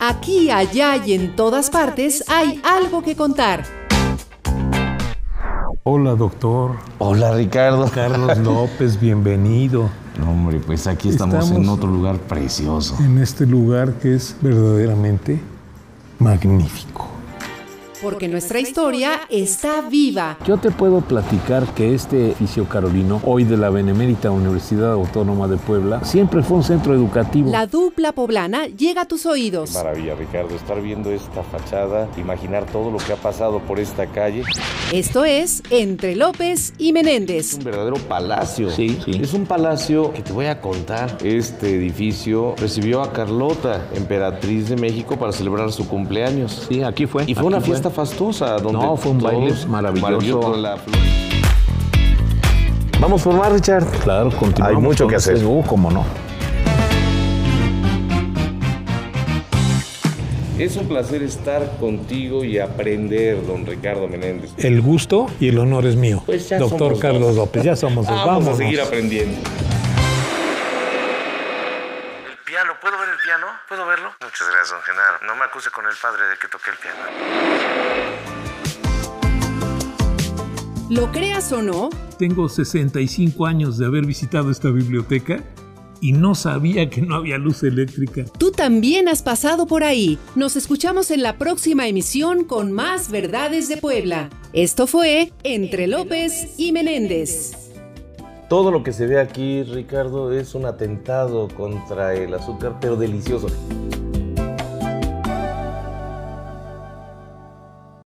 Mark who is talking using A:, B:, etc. A: Aquí, allá y en todas partes hay algo que contar.
B: Hola, doctor.
C: Hola Ricardo.
B: Carlos López, bienvenido.
C: No, hombre, pues aquí estamos, en
B: Estamos-
C: otro lugar precioso.
B: En este lugar que es verdaderamente magnífico.
A: Porque nuestra historia está viva.
D: Yo te puedo platicar que este edificio carolino, hoy de la Benemérita Universidad Autónoma de Puebla, siempre fue un centro educativo.
A: La dupla poblana llega a tus oídos.
C: Maravilla, Ricardo, estar viendo esta fachada, imaginar todo lo que ha pasado por esta calle.
A: Esto es Entre López y Menéndez.
C: Es un verdadero palacio.
D: Sí, sí.
C: Es un palacio que te voy a contar. Este edificio recibió a Carlota, emperatriz de México, para celebrar su cumpleaños.
D: Sí, aquí fue.
C: Y fue una
D: Aquí
C: fiesta fastosa donde
D: No, fue un baile
C: todos-
D: maravilloso.
C: la- Vamos a formar, Richard.
D: Claro, continuamos.
C: Hay mucho
D: con
C: que hacer.
D: este- Uh, cómo no.
C: Es un placer estar contigo y aprender, don Ricardo Menéndez.
B: El gusto y el honor es mío.
C: Pues ya
B: doctor
C: somos
B: Carlos
C: dos.
B: López, ya somos dos.
C: Vamos a
B: Vámonos.
C: seguir aprendiendo.
E: El piano, ¿puedo ver el piano? ¿Puedo verlo? Muchas gracias, don Genaro. No me acuse con el padre de que toqué el piano.
A: Lo creas o no,
F: Tengo 65 años de haber visitado esta biblioteca y no sabía que no había luz eléctrica.
A: tú también has pasado por ahí. Nos escuchamos en la próxima emisión con más verdades de Puebla. Esto fue Entre López y Menéndez.
C: Todo lo que se ve aquí, Ricardo, es un atentado contra el azúcar, pero delicioso.